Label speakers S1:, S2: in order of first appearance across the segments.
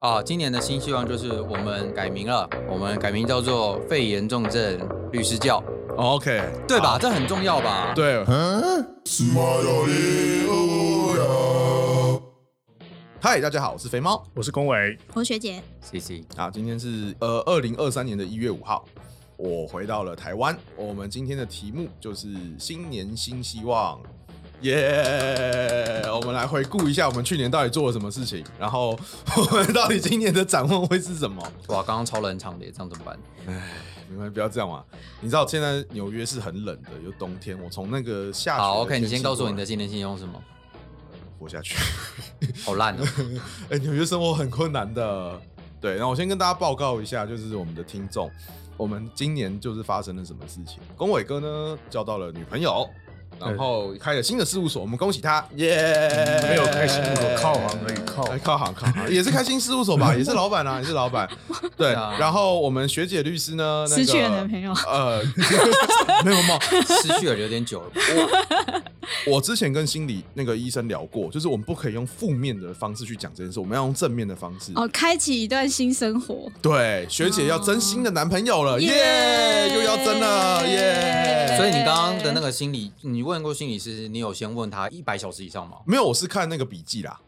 S1: 啊，今年的新希望就是我们改名了，我们改名叫做肺炎重症律师教，
S2: OK，
S1: 对吧？这很重要吧？
S2: 对，嗨，大家好，我是肥猫
S3: 我是龚维，
S4: 侯学姐，
S1: 谢谢。
S2: 啊，今天是呃二零二三年的一月五号，我回到了台湾。我们今天的题目就是新年新希望，耶、我们来回顾一下我们去年到底做了什么事情，然后 我们到底今年的展望会是什么？
S1: 哇，刚刚超冷场的，这样怎么办？
S2: 你们不要这样嘛！你知道现在纽约是很冷的，有冬天。我从那个下雪的
S1: 好，OK，你
S2: 天
S1: 先
S2: 气
S1: 告诉
S2: 过
S1: 我
S2: 来
S1: 你的新年新希望是什么？
S2: 活下去。
S1: 好烂 哦，
S2: 哎、纽约生活很困难的。对，然后我先跟大家报告一下，就是我们的听众，我们今年就是发生了什么事情。龚伟哥呢交到了女朋友，然后开了新的事务所，我们恭喜他，耶、
S3: 嗯没有开心事务所靠啊行而已靠
S2: 哎靠行靠行，也是开新事务所吧，也是老板啊，也是老板。 对，
S1: 啊
S2: 然后我们学姐律师呢，那个
S4: 失去了男朋友
S2: 呃，没有没有，
S1: 失去了有点久了。
S2: 我之前跟心理那个医生聊过，就是我们不可以用负面的方式去讲这件事，我们要用正面的方
S1: 嗯
S2: 式。
S4: 哦，开启一段新生活，
S2: 对，学姐要真新的男朋友
S1: 哦
S2: 了，耶、
S4: 耶
S2: 又要真了，耶、
S1: 所以你刚刚的那个心理，你问过心理师，你有先问他一百小时以上吗？
S2: 没有，我是看那个笔记啦。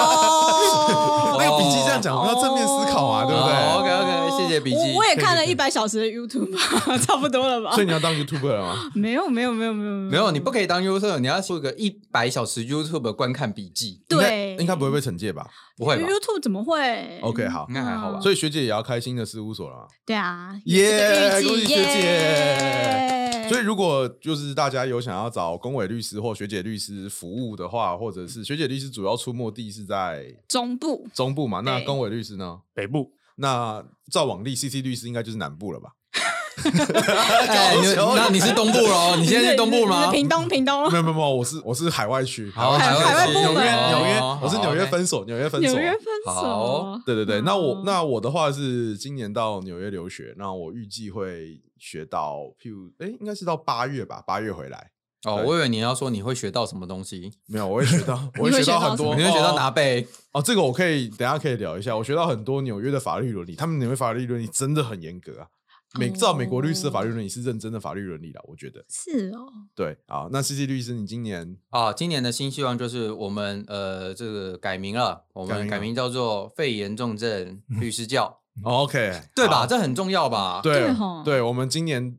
S1: 哦
S2: 那个笔记这样讲，我们要正面思考啊，对不对？
S1: 哦 OK，OK，谢谢笔记
S4: 我我也看了一百小时的 YouTube，吧 差不多了吧
S2: 所？以你要当 YouTuber 了吗？
S4: 没有没有没有没有
S1: 没有，你不可以当 YouTube，你要做一个一百小时 YouTube 观看笔记，
S4: 对
S2: 应该应该不会被惩戒吧
S1: 不会吧？
S4: YouTube 怎么会
S1: 嗯
S2: ？OK，好
S1: 应。该还好吧？
S2: 哎所以学姐也要开新的事务所了吗，
S4: 对啊，
S2: 耶、
S4: 预计
S2: 恭喜学姐！
S4: 耶
S2: 所以，如果就是大家有想要找龚伟律师或学姐律师服务的话，或者是学姐律师主要出没地是在
S4: 中部
S2: 中部嘛，那
S4: 对
S2: 龚伟律师呢？
S3: 北部
S2: 那照往例，CC 律师应该就是南部了吧？
S1: 哎你
S2: 高雄
S1: 那你是东部喽？你现在是东部
S4: 你
S1: 吗
S4: 是？屏东屏东
S2: 没有没有，没有，我是我是海外区，
S1: 好
S2: 海
S1: 哦海外
S2: 区
S1: 区
S2: 纽约
S1: 哦
S2: 纽约
S1: 好，
S2: 我是纽约分所，纽约分所
S4: 纽。约分手
S1: 好，
S2: 对对对，
S4: 哦
S2: 那我那我的话是今年到纽约留学，那我预计会学到，譬如哎，应该是到八月吧，八月回来。
S1: 哦，我以为你要说你会学到什么东西，
S2: 没有，我 会学到，我
S4: 你会
S2: 学
S4: 学
S2: 到
S4: 到
S2: 很
S4: 什么
S2: 多，
S1: 你会学到
S2: 哦
S1: 拿背。
S2: 哦，这个我可以等一下可以聊一下。我学到很多纽约的法律伦理，他们纽约法律伦理真的很严格啊。美
S4: 哦
S2: 照美国律师的法律伦理是认真的法律伦理啦，我觉得。
S4: 是哦，
S2: 对，好，那 C C 律师，你今年
S1: 啊，今年的新希望就是我们呃，这个改名了，我
S2: 改名
S1: 们
S2: 了
S1: 改名叫做肺炎重症律师教，
S2: 哦 OK
S1: 对吧？
S2: 好
S1: 这很重要吧？。
S2: 对
S4: 对吼
S2: 对，我们今年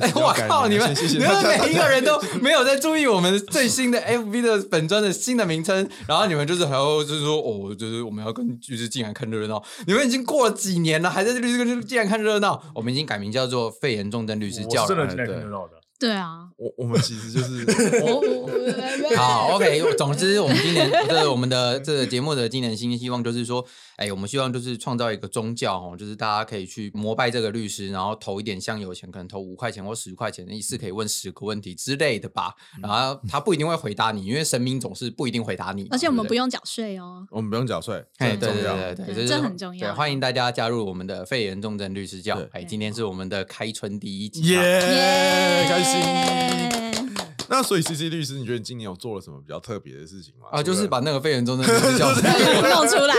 S1: 啊 哎，
S2: 要
S1: 我
S2: 改
S1: 靠！
S2: 名
S1: 你
S2: 了
S1: 们
S2: 谢谢
S1: 你们
S2: 大家
S1: 每一个人都没有在注意我们最新的 FB 的本专的新的名称，然后你们就是还要就是说哦，就是我们要跟律师进来看热闹。你们已经过了几年了，还在律师跟进来看热闹。我们已经改名叫做肺炎重症律师
S3: 我
S1: 教
S3: 是真的
S1: 了。
S3: 进来
S2: 对
S3: 看热闹的，
S4: 对啊，
S2: 我我们其实就是
S4: 我
S2: 我
S4: 我 我
S1: 好，OK。总之，我们今年这我们的这个节目的今年新希望就是说，哎，我们希望就是创造一个宗教哦，就是大家可以去膜拜这个律师，然后投一点香油钱，可能投五块钱或十块钱，一次可以问十个问题之类的吧。
S4: 嗯
S1: 然后他不一定会回答你，因为神明总是不一定回答你嘛。
S4: 而且我们不
S1: 用，
S4: 用缴税哦，
S2: 我们不用缴税，这
S1: 哎，
S2: 很
S1: 对
S2: 重
S1: 对
S2: 要。
S1: 对对对，
S4: 对
S1: 就是
S4: 这很重要
S1: 对，欢迎大家加入我们的肺炎重症律师教
S2: 对。
S1: 哎，今天是我们的开春第一集啊。
S2: 耶，
S4: 耶
S2: 开心。 那所以 C C 律师，你觉得你今年有做了什么比较特别的事情吗？
S1: 啊，
S2: 除
S1: 就
S2: 了
S1: 是把那个肺炎重症律师教
S4: 弄出来，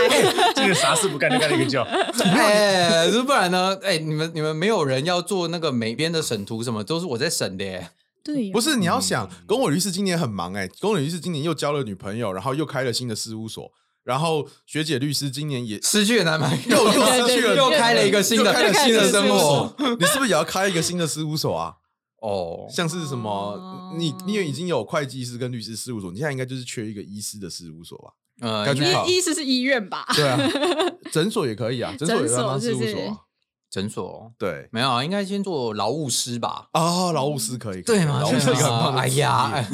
S3: 这个啥事不干就干了一个觉，
S1: 哎，是不然呢？哎，你们你们没有人要做那个美编的审图什么，都是我在审的耶。
S4: 对，哦
S2: 不是你
S1: 嗯
S2: 要想，龚伟律师今年很忙哎、龚伟律师今年又交了女朋友，然后又开了新的事务所，然后学姐律师今年也
S1: 失去了男朋
S2: 又
S1: 友，
S2: 又失去 了，
S1: 又开了一个新的
S2: 又开了
S4: 又开了
S2: 新的
S4: 一个
S2: 事
S4: 事
S2: 务
S4: 务
S2: 所
S1: 所，
S2: 你是不是也要开一个新的事务所啊？
S1: 哦，
S2: 像是什么
S4: 哦，
S2: 你你也已经有会计师跟律师事务所，你现在应该就是缺一个医师的事务所吧？
S1: 呃，
S2: 该去
S1: 应该
S2: 考
S4: 医医师是医院吧？
S2: 对啊，诊所也可以啊，诊所也要当
S4: 诊所
S2: 事
S4: 是
S2: 务
S4: 不是
S2: 所啊，
S1: 诊所
S2: 对。
S1: 没有啊，应该先做劳务师吧。
S2: 啊，劳务师可以，可以
S1: 对吗？
S2: 劳务师一个很棒的
S1: 哎
S2: 职业
S1: 呀，，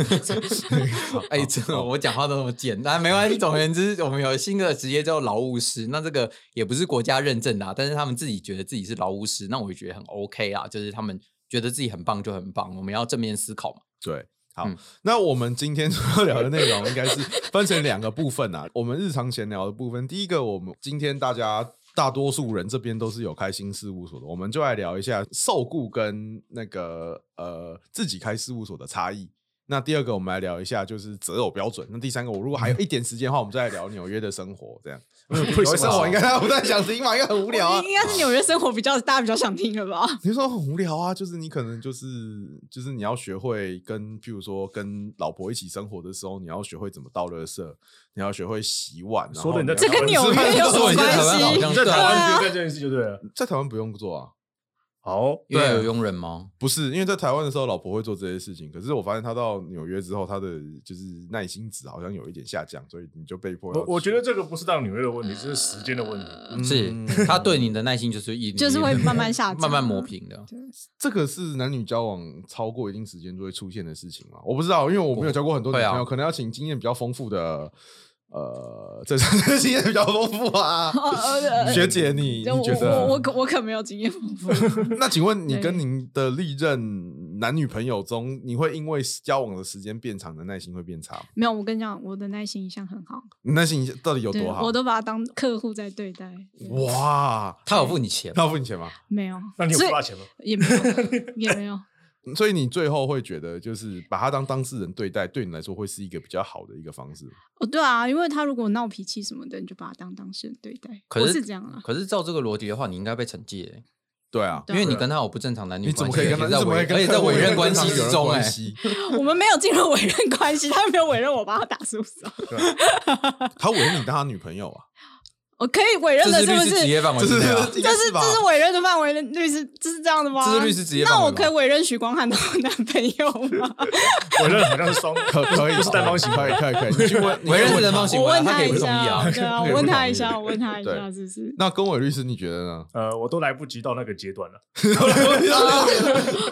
S1: 哎，这个我讲话都那么简单，没关系。总而言之，我们有新的职业叫劳务师，那这个也不是国家认证的、啊，但是他们自己觉得自己是劳务师，那我也觉得很 OK 啊，就是他们觉得自己很棒就很棒，我们要正面思考嘛。
S2: 对，好，
S1: 嗯
S2: 那我们今天 所要聊的内容应该是分成两个部分啊。我们日常闲聊的部分，第一个，我们今天大家大多数人这边都是有开新事务所的，我们就来聊一下受雇跟那个呃自己开事务所的差异。那第二个，我们来聊一下就是择偶标准。那第三个，我如果还有一点时间的话，我们再来聊纽约的生活。这样
S3: 为
S2: 鬼
S3: 什
S2: 生
S3: 么
S2: 活应该大家不太想听吧，应该很无聊啊。
S4: 应该是纽约生活比较大家比较想听了吧？
S2: 你说很无聊啊，就是你可能就是就是你要学会跟，譬如说跟老婆一起生活的时候，你要学会怎么倒垃圾，你要学会洗碗。然
S3: 说
S2: 后
S3: 的你在
S2: 你
S4: 这
S2: 要
S4: 跟
S2: 你
S4: 纽
S2: 是
S4: 约有什
S1: 说
S4: 么
S1: 你在台湾好
S4: 关系？
S1: 像
S3: 在台湾
S4: 对啊
S3: 就干这件事就对了。
S2: 在台湾不用做啊，
S3: 好，
S1: 因为有佣人吗？
S2: 不是因为在台湾的时候，老婆会做这些事情，可是我发现她到纽约之后，她的就是耐心值好像有一点下降，所以你就被迫要
S3: 我我
S2: 去
S3: 觉得这个不是到纽约的问题，这是时间的问题。
S2: 嗯
S1: 是他对你的耐心就是一
S4: 就是会慢慢下降啊
S1: 慢慢磨平的。
S2: 这个是男女交往超过一定时间就会出现的事情吗？我不知道，因为我没有交过很多女
S1: 会啊
S2: 朋友，可能要请经验比较丰富的，呃，这这经验比较丰富 啊。
S4: 哦呃呃
S2: 学姐，你
S4: 就
S2: 你觉
S4: 我我我
S2: 得？
S4: 可我可没有经验丰富，
S2: 那请问你
S4: 对
S2: 跟您的历任男女朋友中，你会因为交往的时间变长，你的耐心会变差吗？
S4: 没有。我跟你讲，我的耐心一向很好，
S2: 你耐心到底有
S4: 对
S2: 多好？
S4: 我都把它当客户在对待。对
S2: 哇，
S1: 他有付你钱吗，
S2: 他要付你钱吗？
S4: 没有，
S3: 那你有
S4: 所以
S3: 花钱吗？
S4: 也 没有，也没有。
S2: 所以你最后会觉得，就是把他当当事人对待，对你来说会是一个比较好的一个方式吗。
S4: 哦，对啊，因为他如果闹脾气什么的，你就把他当当事人对待。
S1: 可
S4: 我
S1: 是
S4: 是这样啊，
S1: 可是照这个逻辑的话，你应该被惩戒，
S2: 对啊，
S1: 因
S4: 对啊
S1: 为你跟他有不正常男女
S2: 你怎
S1: 关
S2: 么
S1: 系，
S2: 可以跟
S1: 而且
S2: 他？你
S1: 在
S2: 怎么可
S1: 委
S2: 以跟
S1: 而且在委任关系之中，哎，
S2: 哎，
S4: 我们没有进入委任关系，他没有委任我把他打诉讼，
S2: 他委任你当他女朋友啊？
S4: 我哦可以委任
S1: 这
S4: 的
S1: 是律
S4: 不
S1: 师职业范围
S2: 这
S1: 之
S2: 是
S1: 内啊。
S2: 应
S4: 这
S2: 该
S4: 是
S2: 吧
S4: 这？是委任的范围，律师这是这样的吗？
S1: 这是律师职业范
S4: 那
S1: 围
S4: 我
S1: 吗
S4: 可以委任许光汉当我男朋友 吗？
S3: 我认为好像是双，
S2: 可可以
S3: 不是单方行
S2: 可以
S3: 为。
S2: 可以可 以，你去问
S1: 委任是人方行
S4: 我
S1: 为啊，
S4: 问
S1: 他可以
S4: 一
S1: 不同意
S4: 下，
S1: 啊。
S4: 对啊，我
S2: 可以不
S4: 问
S2: 同
S4: 他
S2: 意
S4: 一下，我问他一
S2: 对
S4: 下，是不是？
S2: 那龚伟律师，你觉得 呢？
S3: 呃，我都来不及到那个阶段了。
S2: 啊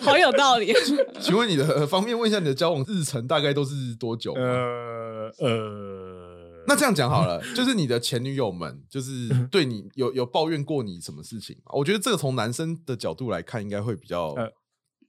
S4: 好有道 理。
S2: 请问你的呃方便问一下你的交往日程大概都是多久吗？
S3: 呃呃，
S2: 那这样讲好了，就是你的前女友们，就是对你有有抱怨过你什么事情吗？我觉得这个从男生的角度来看，应该会比较
S3: 呃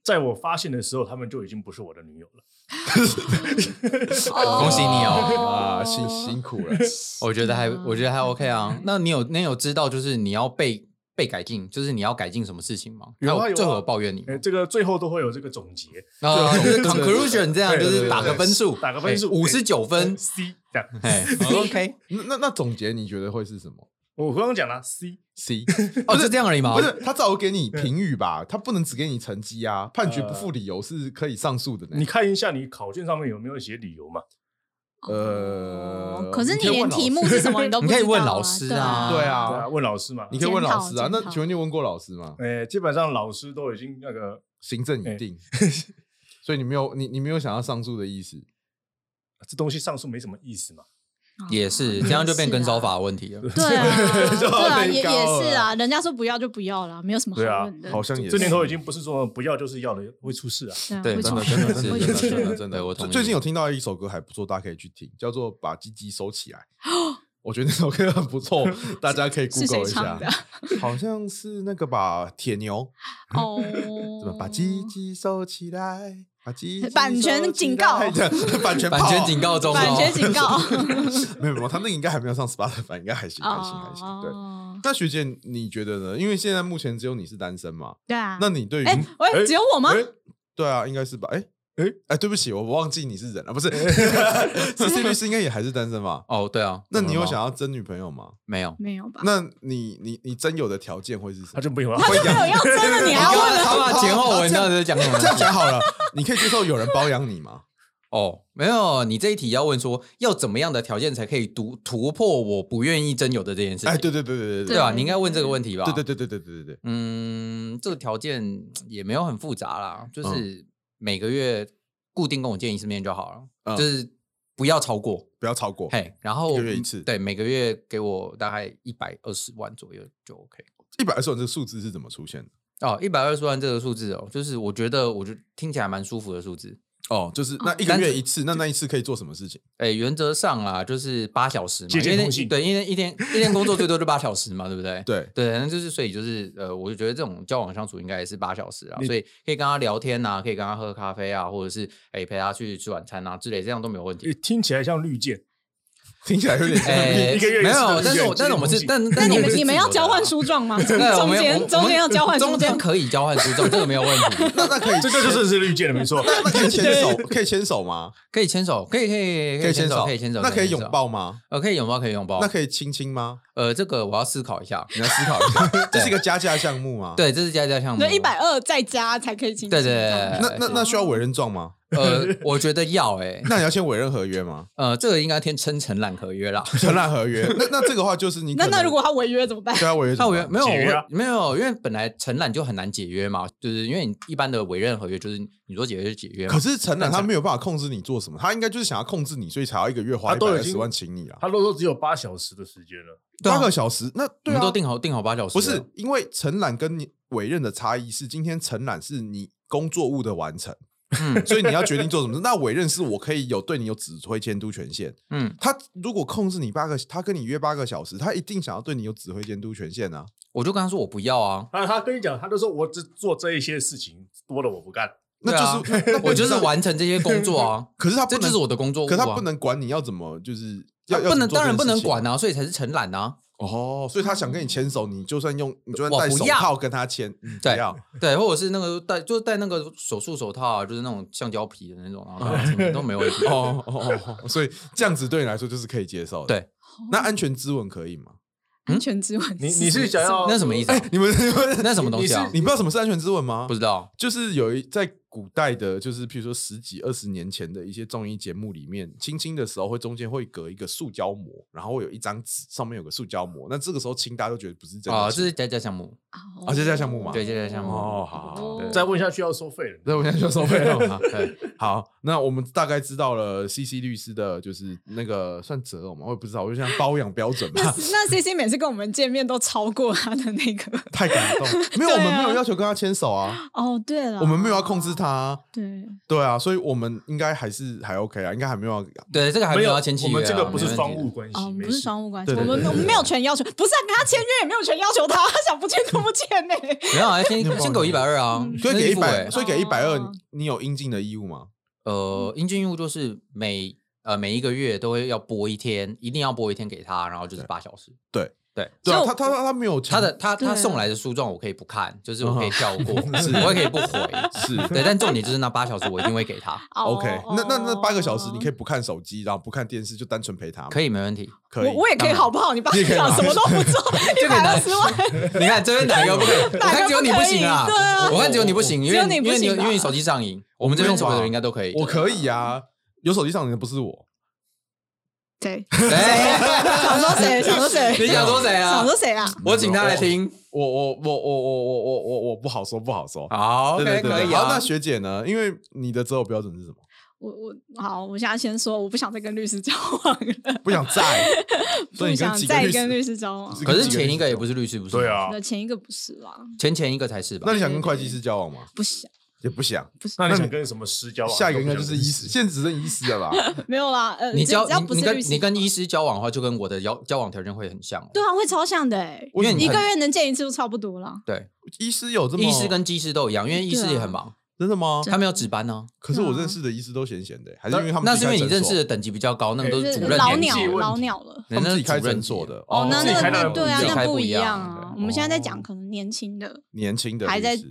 S3: 在我发现的时候，他们就已经不是我的女友了。
S1: 恭喜你哦
S2: 啊辛辛苦了。
S1: 我觉得还
S4: 是吗
S1: 我觉得还 OK 啊。那你有你有知道就是你要被被改进，就是你要改进什么事情吗？
S3: 有啊
S1: 还
S3: 有啊
S1: 最后有抱怨你吗
S3: 呃，这个最后都会有这个总结
S1: 啊，就是 conclusion 这样，
S3: 对
S1: 就
S3: 对
S1: 是
S3: 对
S1: 打个
S3: 对
S1: 分数，
S3: 打个分数
S1: 五十九分。
S3: 呃 C 这样。
S1: 哎，OK，
S2: 那那那总结你觉得会是什么
S3: 我刚刚讲了 C，
S2: ？C
S1: 哦，就这样而已吗？
S2: 不是，他至少给你评语吧，他不能只给你成绩
S1: 呃
S2: 啊。判决不负理由是可以上诉的呢
S3: 你。看一下你考卷上面有没有写理由嘛？
S2: 呃
S4: 哦可是
S2: 你
S4: 你
S2: 可以
S4: 连
S2: 问老
S4: 题
S2: 师
S4: 目是什么你都
S1: 你
S4: 不
S1: 可以
S4: 知
S1: 问
S4: 道
S1: 老
S4: 啊
S1: 师
S4: 对
S1: 啊
S2: 对啊
S3: 对啊，问老师嘛。
S2: 你可以问老师啊。
S4: 检讨
S2: 那请问你有问过老师吗？
S3: 呃，基本上老师都已经那个
S2: 行政已定，
S1: 哎
S2: 所以你没有你你没有想要上诉的意思。
S3: 这东西上诉没什么意思嘛。
S1: 也是，这样就变跟烧法的问题了。
S4: 对哦 啊，
S2: 就
S4: 对啊，
S2: 被
S4: 也
S2: 告
S4: 也
S2: 了
S4: 是啊，人家说不要就不要啦，没有什么
S3: 对啊
S4: 好问的。
S2: 好像也
S3: 这年
S2: 是
S3: 头已经不是说不要就是要的，会出事啊。
S4: 啊
S1: 对
S4: 会
S1: 真的
S4: 出
S1: 真的
S4: 事
S1: 是
S4: 会
S1: 真的
S4: 出
S1: 真的
S4: 事
S1: 真的对我同
S2: 最
S1: 意
S2: 最近有听到一首歌还不错，大家可以去听，叫做《把鸡鸡 收起来》。我觉得那首歌很不错，大家可以
S4: 是
S2: Google
S4: 谁
S2: 一
S4: 唱
S2: 下
S4: 的。？
S2: 好像是那个吧，铁牛
S4: 哦
S2: 怎么，把鸡鸡收起来，把鸡鸡
S4: 版权
S2: 收起
S4: 警告
S2: 来版权
S1: 版
S2: 炮
S1: 权警告中哦，
S4: 版权警 告。
S2: 没有没有，他那个应该还没有上 Spotify，应该还行，还行，还行。对，
S4: 哦，
S2: 那学姐你觉得呢？因为现在目前只有你是单身嘛，
S4: 对啊。
S2: 那你对于、
S4: 哎，喂，
S3: 哎
S4: 只有我吗？
S3: 哎
S2: 对啊，应该是吧？哎、哎、
S3: 诶
S2: 对不起，我忘记你是人了，不是 C C 律师应该也还是单身吧？
S1: 哦，对啊，
S2: 那你
S1: 怎
S2: 有
S1: 么
S2: 想
S1: 了吗
S2: 要争女朋友吗？
S1: 没有？
S4: 没有吧？
S2: 那你你你真有的条件会是什
S3: 他
S2: 么？
S3: 就没有了。啊
S4: 他 就没有要真的，你还要问？
S1: 他把前后文到底在讲什
S2: 这样
S1: 么？
S2: 讲好了，你可以接受有人包养你吗？
S1: 哦，没有，你这一题要问说要怎么样的条件才可以突突破我不愿意真有的这件事情？
S2: 哎，对对对对对
S1: 对啊
S2: 对
S4: 啊
S1: 吧？你应该问这个问题吧？
S2: 对对对对对对对，
S1: 嗯，这个条件也没有很复杂啦，就是每个月固定跟我见一次面就好了，
S2: 嗯
S1: 就是不要超过。
S2: 不要超过。
S1: 嘿，然后嗯
S2: 一个月一次
S1: 对，每个月给我大概一百二十万左右就 OK。
S2: 一百二十万这个数字是怎么出现的？
S1: 哦，一百二十万这个数字哦，就是我觉得，我觉得听起来蛮舒服的数字。
S2: 哦，就是那一个
S1: 单
S2: 月
S1: 纯
S2: 一次，那那一次可以做什么事情？
S1: 哎，原则上啦，就是八小时嘛，
S3: 接见
S1: 因为
S3: 通信
S1: 对，因为一天一天工作最多就八小时嘛，对不对？
S2: 对，
S1: 对，那就是所以就是呃，我就觉得这种交往相处应该也是八小时啊，
S3: 你
S1: 所以可以跟他聊天呐、可以跟他喝啊咖啡啊，或者是哎陪他去吃晚餐啊之类，这样都没有问
S3: 诶
S1: 题。
S3: 听起来像绿箭，
S2: 听起来有点像
S1: 哎
S3: 一个月一次
S1: 没有，
S3: 的
S1: 但是我
S3: 远距
S1: 但是我们
S3: 通
S1: 是
S3: 信
S1: 但但
S5: 那
S1: 是
S5: 你
S1: 我是
S5: 们你们要
S1: 自由的啊
S5: 交换书 状吗？
S2: 啊
S1: 对， 我
S5: 中
S1: 们我
S5: 间
S1: 们
S5: 中间要交换书
S1: 中间
S5: 状，
S1: 可以交换书中，这个没有问 题，
S2: 那那可以
S3: 这这就是是绿界的，没错。
S2: 那可以牵手，可以牵手吗？
S1: 可以牵手，可以可以
S2: 可以
S1: 牵
S2: 牵
S1: 手，
S2: 手，
S1: 可以牵手，
S2: 那可以拥，抱吗？
S1: 呃，可以拥抱，可以拥抱
S2: 那，可以亲亲吗？
S1: 呃，这个我要思考一下，
S2: 你要思考一下， 这是一个加价项目吗？，
S1: 对，这是加加项目，
S5: 对，一百二再加才可以请。
S1: 对对对
S2: 那那那需要委任状吗？
S1: 呃，我觉得要哎、
S2: 那你要先委任合约吗？
S1: 呃，这个应该签称承揽合约啦。
S2: 承揽合约，那那这个话就是你可
S5: 那
S2: 能
S5: 那如果他违约怎么 办？
S2: 对啊，违约怎
S1: 那
S2: 么
S1: 我
S2: 办
S1: 原没有
S3: 解约
S1: 我
S3: 啊
S1: 没有，因为本来承揽就很难解约嘛，就是因为你一般的委任合约就是你说解约就解约嘛
S2: 可。是承揽他没有办法控制你做什么，他应该就是想要控制你，所以才要一个月花一
S3: 他
S2: 百
S3: 都
S2: 二
S3: 已经
S2: 十万请你啊，
S3: 他都说只有八小时的时间了，
S1: 对啊
S2: 八个小时，那
S1: 我
S2: 对
S1: 们
S2: 啊，
S1: 都定好定好八小时
S2: 不
S1: 了，
S2: 是因为承揽跟你委任的差异是，今天承揽是你工作务的完成，
S1: 嗯
S2: 所以你要决定做什么事。那委任是我可以有对你有指挥监督权限。
S1: 嗯，
S2: 他如果控制你八个，他跟你约八个小时，他一定想要对你有指挥监督权限啊。
S1: 我就跟他说我不要啊，
S3: 他他跟你讲，他就说我只做这一些事情，多了我不干。
S2: 那就是、 那那
S1: 啊 我就是
S2: 那
S1: 完成这些工作啊，
S2: 可是他不
S1: 这
S2: 能，
S1: 就是我的工作物啊。
S2: 可是他不能管你要怎么，就是要
S1: 不能，当然不能
S2: 啊
S1: 管。啊，所以才是承揽啊。
S2: 哦，所以他想跟你牵手，你就算用，你就
S1: 我
S2: 算戴
S1: 不
S2: 手
S1: 要
S2: 套跟他牵，嗯不
S1: 对
S2: 要。
S1: 对，或者是那个戴，就是戴那个手术手套啊，就是那种橡胶皮的那种，然后 戴在身边都没问题。哦，
S2: 哦哦哦，所以这样子对你来说就是可以接受的。
S1: 对，
S2: 那安全之吻可以吗？嗯
S5: 安全之吻，
S3: 你你是想要
S1: 那什么意思啊？
S2: 你们你们
S1: 那什么东西啊？
S2: 你不知道什么是安全之吻吗？
S1: 不知 道
S2: 就是有一在古代的，就是譬如说十几二十年前的一些综艺节目里面，亲亲的时候会中间会隔一个塑胶膜，然后会有一张纸，上面有个塑胶膜。那这个时候亲，大家都觉得不是真的
S1: 啊？这
S2: 亲
S1: 是加加项目，
S5: 哦
S2: 啊这叫项目嘛
S1: 对，加加项目。
S2: 哦，好好好，
S5: 哦
S3: 再问下去要收费了。
S2: 那我现在就要收费了
S1: 啊。对，
S2: 好，那我们大概知道了 C C 律师的，就是那个算择偶吗？我也不知道，我就像包养标准
S5: 那
S2: 吧，
S5: 那 C C 每次跟我们见面都超过他的那 个。
S2: 太感 动。没有，我
S5: 对啊
S2: 们没有要求跟他牵手啊，
S5: 哦，对了，
S2: 我们没有要控制。他啊，
S5: 对，
S2: 对啊，所以我们应该还是还 OK 啊，应该还没有要。
S1: 对，这个还没
S3: 有
S1: 要签契
S3: 我
S1: 约啊，
S3: 们这个不是
S1: 没问题
S3: 双务关
S5: 哦
S3: 系，，没
S5: 不是
S3: 事。
S5: 双务关系，
S2: 对
S5: 我
S2: 对
S5: 们
S2: 对
S5: 我们没有权要求，不是啊跟他签约也没有权要求他，他想不签就不欸签呢。
S1: 没有 啊，先先给我一百二啊，
S5: 嗯
S2: 所以
S1: 那是
S2: 给一
S1: 义务
S2: 百，
S1: 欸
S2: 所以给一百二
S5: 哦，
S2: 你有应尽的义务吗？
S1: 呃，应征义务就是每呃每一个月都会要播一天，一定要播一天给他，然后就是八小时。
S2: 对啊，
S5: 所以
S2: 他
S5: 我
S2: 他他他没有强
S1: 他的他他
S5: 对
S1: 送来的书状我可以不看，就是我可以
S2: 嗯
S1: 跳过，
S2: 是
S1: 我也可以不回。
S2: 是
S1: 对，但重点 就是那八小时我一定会给他，
S2: OK，
S5: 哦
S2: 那那那八个小时你可以
S5: 以，
S2: 不看手机，然后不看电视，就单纯陪他吗，
S1: 可以没问题。
S2: 可以
S5: 我我也可以好不好？你八
S2: 你
S5: 个
S2: 也可以
S5: 小
S2: 拿
S5: 时什么都不 做，一百二十万，
S1: 你看这边哪一个不可以？我
S5: 哪
S1: 看
S5: 个
S1: 只有你不行啊
S5: 不可以对 啊！
S1: 我看只有你不行，因为
S5: 只有你
S1: 因
S5: 不
S1: 为
S5: 行啊
S1: 你
S5: 吧
S1: 因为你手机上瘾，我们这边所有的人应该都可以。
S2: 啊我可以啊，有手机上瘾的不是我，
S5: 对，
S1: 哎
S5: 想说谁？想说
S1: 你
S5: 谁？
S1: 想说谁啊
S5: 想？说谁啊？
S1: 我请他来听。
S2: 我我我我我我我我我不好说，不好说。
S1: 好
S2: 对
S1: ，OK，
S2: 对对
S1: 可
S2: 对
S1: 以
S2: 好，
S1: 啊。
S2: 那学姐呢？因为你的择偶标准是什么？
S5: 我我好，我现在先说，我不想再跟律师交往了，
S2: 不想 再，所以你跟
S5: 不想
S2: 几个
S5: 再
S2: 律
S5: 跟律
S2: 师？
S5: 师交往。
S1: 可是前一个也不是律师，不是吗
S3: 对，啊，
S5: 那前一个不是啦，
S1: 前前一个才是吧
S2: 那？你想跟会计师交往吗？
S5: 不想，
S2: 也不想。
S5: 不是，
S3: 那你想跟什么私交往？啊
S2: 下一个应该就是医师，现在只剩医师了 吧？
S5: 没有啦，呃，
S1: 你
S5: 只
S1: 交
S5: 要只要
S1: 你
S5: 不
S1: 你
S5: 是
S1: 跟
S5: 律师，
S1: 你跟医师交往的话，就跟我的交交往条件会很像哦。
S5: 对啊，会超像的欸，
S1: 因为你
S5: 一
S1: 很
S5: 个月能见一次就差不多啦。
S1: 对
S2: 医师有这么
S1: 医师跟技师都一样，因为医师也很忙，
S2: 真的吗？
S5: 啊
S1: 他们要值班呢。
S2: 可是我认识的医师都闲闲的，还是因为他们
S1: 那
S2: 自
S1: 是
S2: 己
S1: 因为你
S2: 开诊
S1: 认
S2: 所
S1: 识的，等级比较高，那个都
S5: 就是
S1: 主任
S5: 老
S1: 年
S5: 鸟
S1: 纪
S3: 问题
S5: 老鸟了。
S2: 他们自己开
S1: 主任
S2: 诊所的
S5: 哦，那
S3: 自己
S5: 那
S3: 开
S5: 那
S3: 的
S5: 对啊，
S3: 不一样
S5: 那不
S1: 不一
S5: 一
S1: 样哦
S5: 样啊。我们现在在讲可能年轻的
S2: 年轻的
S5: 还在
S2: 律师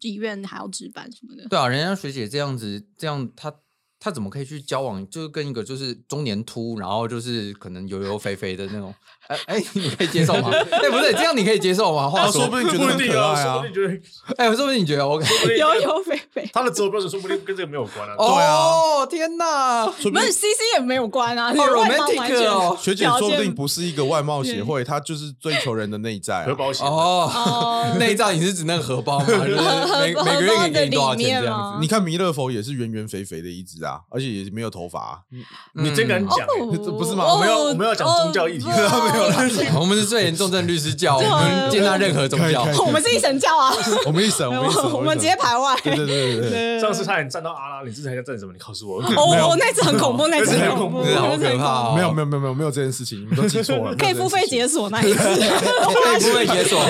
S5: 医院还要值班什么的，
S1: 对啊，人家学姐这样子，这样她她怎么可以去交往？就是跟一个就是中年秃，然后就是可能油油肥肥的那种，哎哎，你可以接受吗？ 哎，不对，这样你可以接受吗？话
S2: 啊
S1: 说不
S2: 说不
S1: 定，
S2: 定觉得
S3: 不
S2: 很
S3: 一定
S2: 可爱
S3: 说
S2: 啊
S3: 不。定觉得
S1: 哎，说不定你觉得 OK？
S3: 啊
S5: 油油肥肥。
S3: 他的择偶标准说不定跟这个没有关啊。
S2: 对啊
S1: 哦，天哪！
S5: 不是 C C 也没有关啊，
S1: 好
S5: 外貌完
S1: romantic
S5: 全
S1: 哦
S2: 学姐
S5: 条
S2: 说不
S5: 件
S2: 定不是一个外貌协会，她就是追求人的内 在
S3: 核
S2: 啊。
S3: 保险
S1: 哦，
S5: 哦，
S1: 内脏你是指那个荷包吗？就是每
S5: 荷
S1: 每个月可以
S5: 荷包
S1: 给
S5: 的
S1: 你多少
S5: 里
S1: 钱这
S5: 面
S1: 样
S5: 吗
S1: 子？
S2: 你看弥勒佛也是圆圆肥肥的一只啊，而且也没有头发啊。
S3: 你真敢讲欸？
S2: 这不是吗
S5: 哦
S3: 我们要我们要讲宗教议题
S5: 哦
S2: 没有啦，
S1: 我们是最严重正律师教，我
S4: 对啊
S1: 们接纳任何宗教
S5: 哦
S2: 可以。可以
S4: 我们是一神教啊，
S2: 我们一审，我们一审，
S4: 我们直接排外。
S2: 对。对对对对，
S3: 欸上次差点站到阿拉，你这次还想站什么？你告诉我。
S4: 哦，我那次很恐怖，那次
S3: 那次
S4: 很
S3: 很
S4: 恐怖，
S3: 恐怖
S1: 好可怕哦！
S2: 没有没有没有没有没有这件事情，你们都记错了。
S4: 可以付费
S2: 结。
S4: 解锁那一次，
S1: 可以不会 解锁？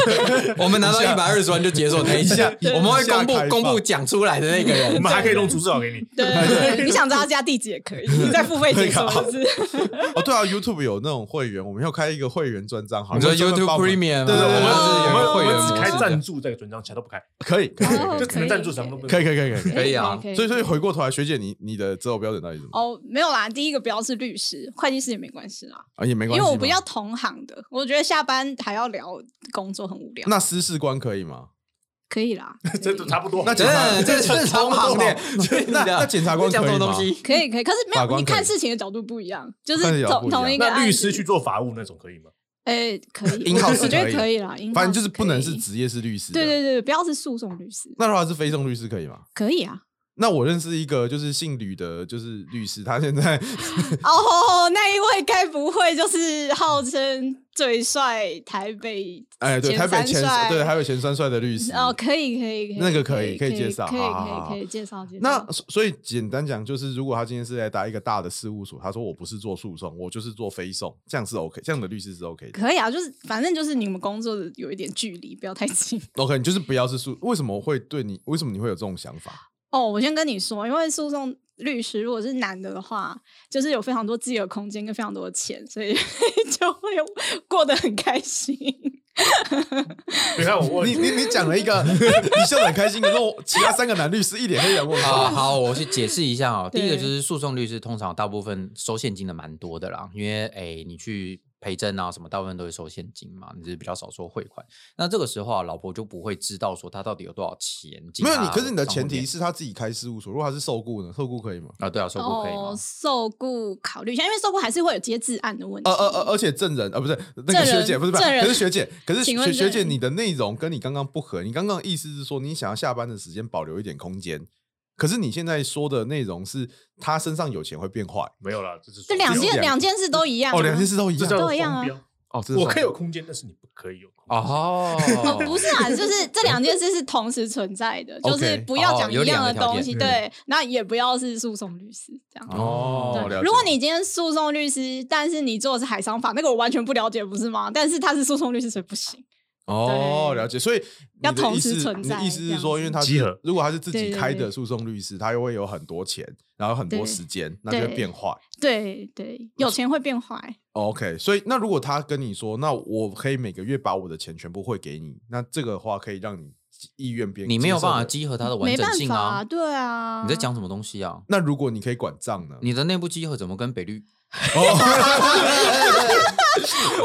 S1: 我们拿到一百二十万就解锁那一
S2: 一
S1: 下
S2: 下，
S1: 我们会公
S2: 一下
S1: 布
S2: 开放
S1: 公布讲出来的那个
S3: 我
S1: 人。
S3: 们还可以弄逐字稿给你。
S4: 对对对，你想知道他家地址也可以，你再付费解锁一次。
S2: 哦，对啊，YouTube 有那种会员，我们要开一个会员专章，好了，
S1: 你说
S2: 专门
S1: YouTube
S2: 帮我们
S1: Premium
S2: 对对对
S1: 吗我
S2: 对对
S1: 们是有
S3: 我
S1: 会员
S3: 们
S1: 模
S3: 只
S1: 式
S3: 开赞助这个专章，其他都不开，
S2: 可以可以
S5: 哦
S3: 就只能赞助什么都不能。
S2: 可以可以可以可以可以。
S1: 可以 啊
S2: 所以所以回过头来，学姐你你的择偶标准到底是什么？
S5: 哦，没有啦，第一个不要是律师，会计师也没关系啦，
S2: 啊，也没
S5: 因
S2: 关系
S5: 为
S2: 嘛，
S5: 我不要同行的，我觉得下班还要聊工作很无聊。
S2: 那私事官可以吗？
S5: 可以 啦，
S3: 这都差不多。
S2: 那
S1: 真
S2: 检察
S1: 的，这 是同
S5: 啊
S1: 行的。
S5: 哦
S2: 那 那检察官
S1: 讲
S2: 可
S1: 什么
S2: 以
S1: 东
S2: 吗？
S1: 西？
S5: 可以可以，可是没
S2: 法
S5: 有，
S2: 官
S5: 你
S2: 可以
S5: 看事情的角度不一样，就
S2: 看
S5: 是
S2: 角度不
S5: 同
S2: 一样
S5: 同一个
S3: 那律
S5: 案
S3: 师
S5: 子
S3: 去做法务那种可以吗？
S5: 哎，可以，
S2: In-house
S5: 我觉
S2: 可
S5: 得
S2: 以
S5: 可以啦，
S2: 反正就是不能
S5: in-house
S2: 是
S5: 可以
S2: 职业是律师。
S5: 对。对对，不要是诉讼律师，
S2: 那如果他是非讼律师可以吗？
S5: 可 以啊。
S2: 那我认识一个就是姓吕的，就是律师，他现 在
S5: 哦，那一位该不会就是号称最帅台北
S2: 哎，对，台北
S5: 三
S2: 前
S5: 帅
S2: 对台北前三帅的律师
S5: 哦，可以可以可以，
S2: 那个可以可
S5: 可
S2: 以
S5: 以
S2: 介绍
S5: 可以
S2: 好好好
S5: 可以可以介绍介绍。
S2: 那所所以简单讲，就是如果他今天是来打一个大的事务所，他说我不是做诉讼，我就是做非讼，这样是 OK，这样的律师是 OK 的。
S5: 可以啊，就是反正就是你们工作的有一点距离，不要太近。
S2: OK，你就是不要是诉，为什么会对你，为什么你会有这种想法？
S5: 哦，我先跟你说，因为诉讼律师如果是男的的话，就是有非常多自己的空间跟非常多的钱，所以 就会过得很开心。
S3: 你看我问
S2: 你你你讲了一 个你笑得很开心，可是我其他三个男律师一脸黑人问
S1: 好
S2: 号。
S1: 啊好，我去解释一下哦。第
S5: 对
S1: 一个就是诉讼律师通常大部分收现金的蛮多的啦，因为哎，你去陪证啊什么，大部分都会收现金嘛，你只是比较少收汇款。那这个时候啊，老婆就不会知道说他到底有多少钱进
S2: 没有
S1: 他
S2: 你，可是你的
S1: 账户
S2: 前提
S1: 内
S2: 是他自己开事务所，如果他是受雇呢？受雇可以吗？
S1: 啊，对啊，收过可以吗
S5: 哦，？受雇考虑一下，因为受雇还是会有接治案的问题。
S2: 呃呃呃，而且证人呃不是那个
S5: 证
S2: 学
S5: 人
S2: 姐不是不是，
S5: 证人
S2: 可是学姐，可是
S5: 请
S2: 学
S5: 问
S2: 学姐
S5: 证人
S2: 你的内容跟你刚刚不合，你刚刚的意思是说你想要下班的时间保留一点空间，可是你现在说的内容是他身上有钱会变坏，
S3: 没有啦，这是
S5: 这两件
S2: 两
S5: 两件事都一样、啊。
S2: 哦，两件事都一
S3: 这叫
S2: 样
S5: 都一样啊
S3: 双标。
S2: 哦，这是
S3: 我
S2: 双
S3: 可以有空间，但是你不可以有空间。
S1: 哦
S5: 哦，不是啊，就是这两件事是同时存在的，就是不要讲一样
S3: OK 哦
S5: 的东西，
S3: 有两个条件
S5: 对，那也不要是诉讼律师这样。
S2: 哦，
S5: 对
S2: 了解
S5: 如果你今天诉讼律师，但是你做的是海商法，那个我完全不了解，不是吗？但是他是诉讼律师，所以不行。
S2: 哦
S5: 对
S2: 了解，所以你
S5: 要
S2: 的
S5: 同
S2: 意
S5: 时
S2: 思
S5: 存
S2: 你的
S5: 在
S2: 意思
S5: 这
S2: 是
S5: 样
S2: 说，因为
S5: 子
S2: 他
S3: 集合
S2: 是如果他是自己
S5: 对对
S2: 开的
S5: 对
S2: 诉讼律师，他又会有很多钱，然后很多
S5: 对
S2: 时间，那就会
S5: 对
S2: 变坏。
S5: 对对，有钱会变坏，
S2: OK，所以那如果他跟你说，那我可以每个月把我的钱全部汇给你，那这个的话可以让你意愿变，
S1: 你没有
S2: 接受
S1: 办法
S2: 的。
S1: 集合它的完
S5: 没
S1: 整
S5: 办
S1: 性
S5: 法、
S1: 啊！
S5: 对啊。
S1: 你在讲什么东西啊？
S2: 那如果你可以管账呢？
S1: 你的内部集合怎么跟北 律？哦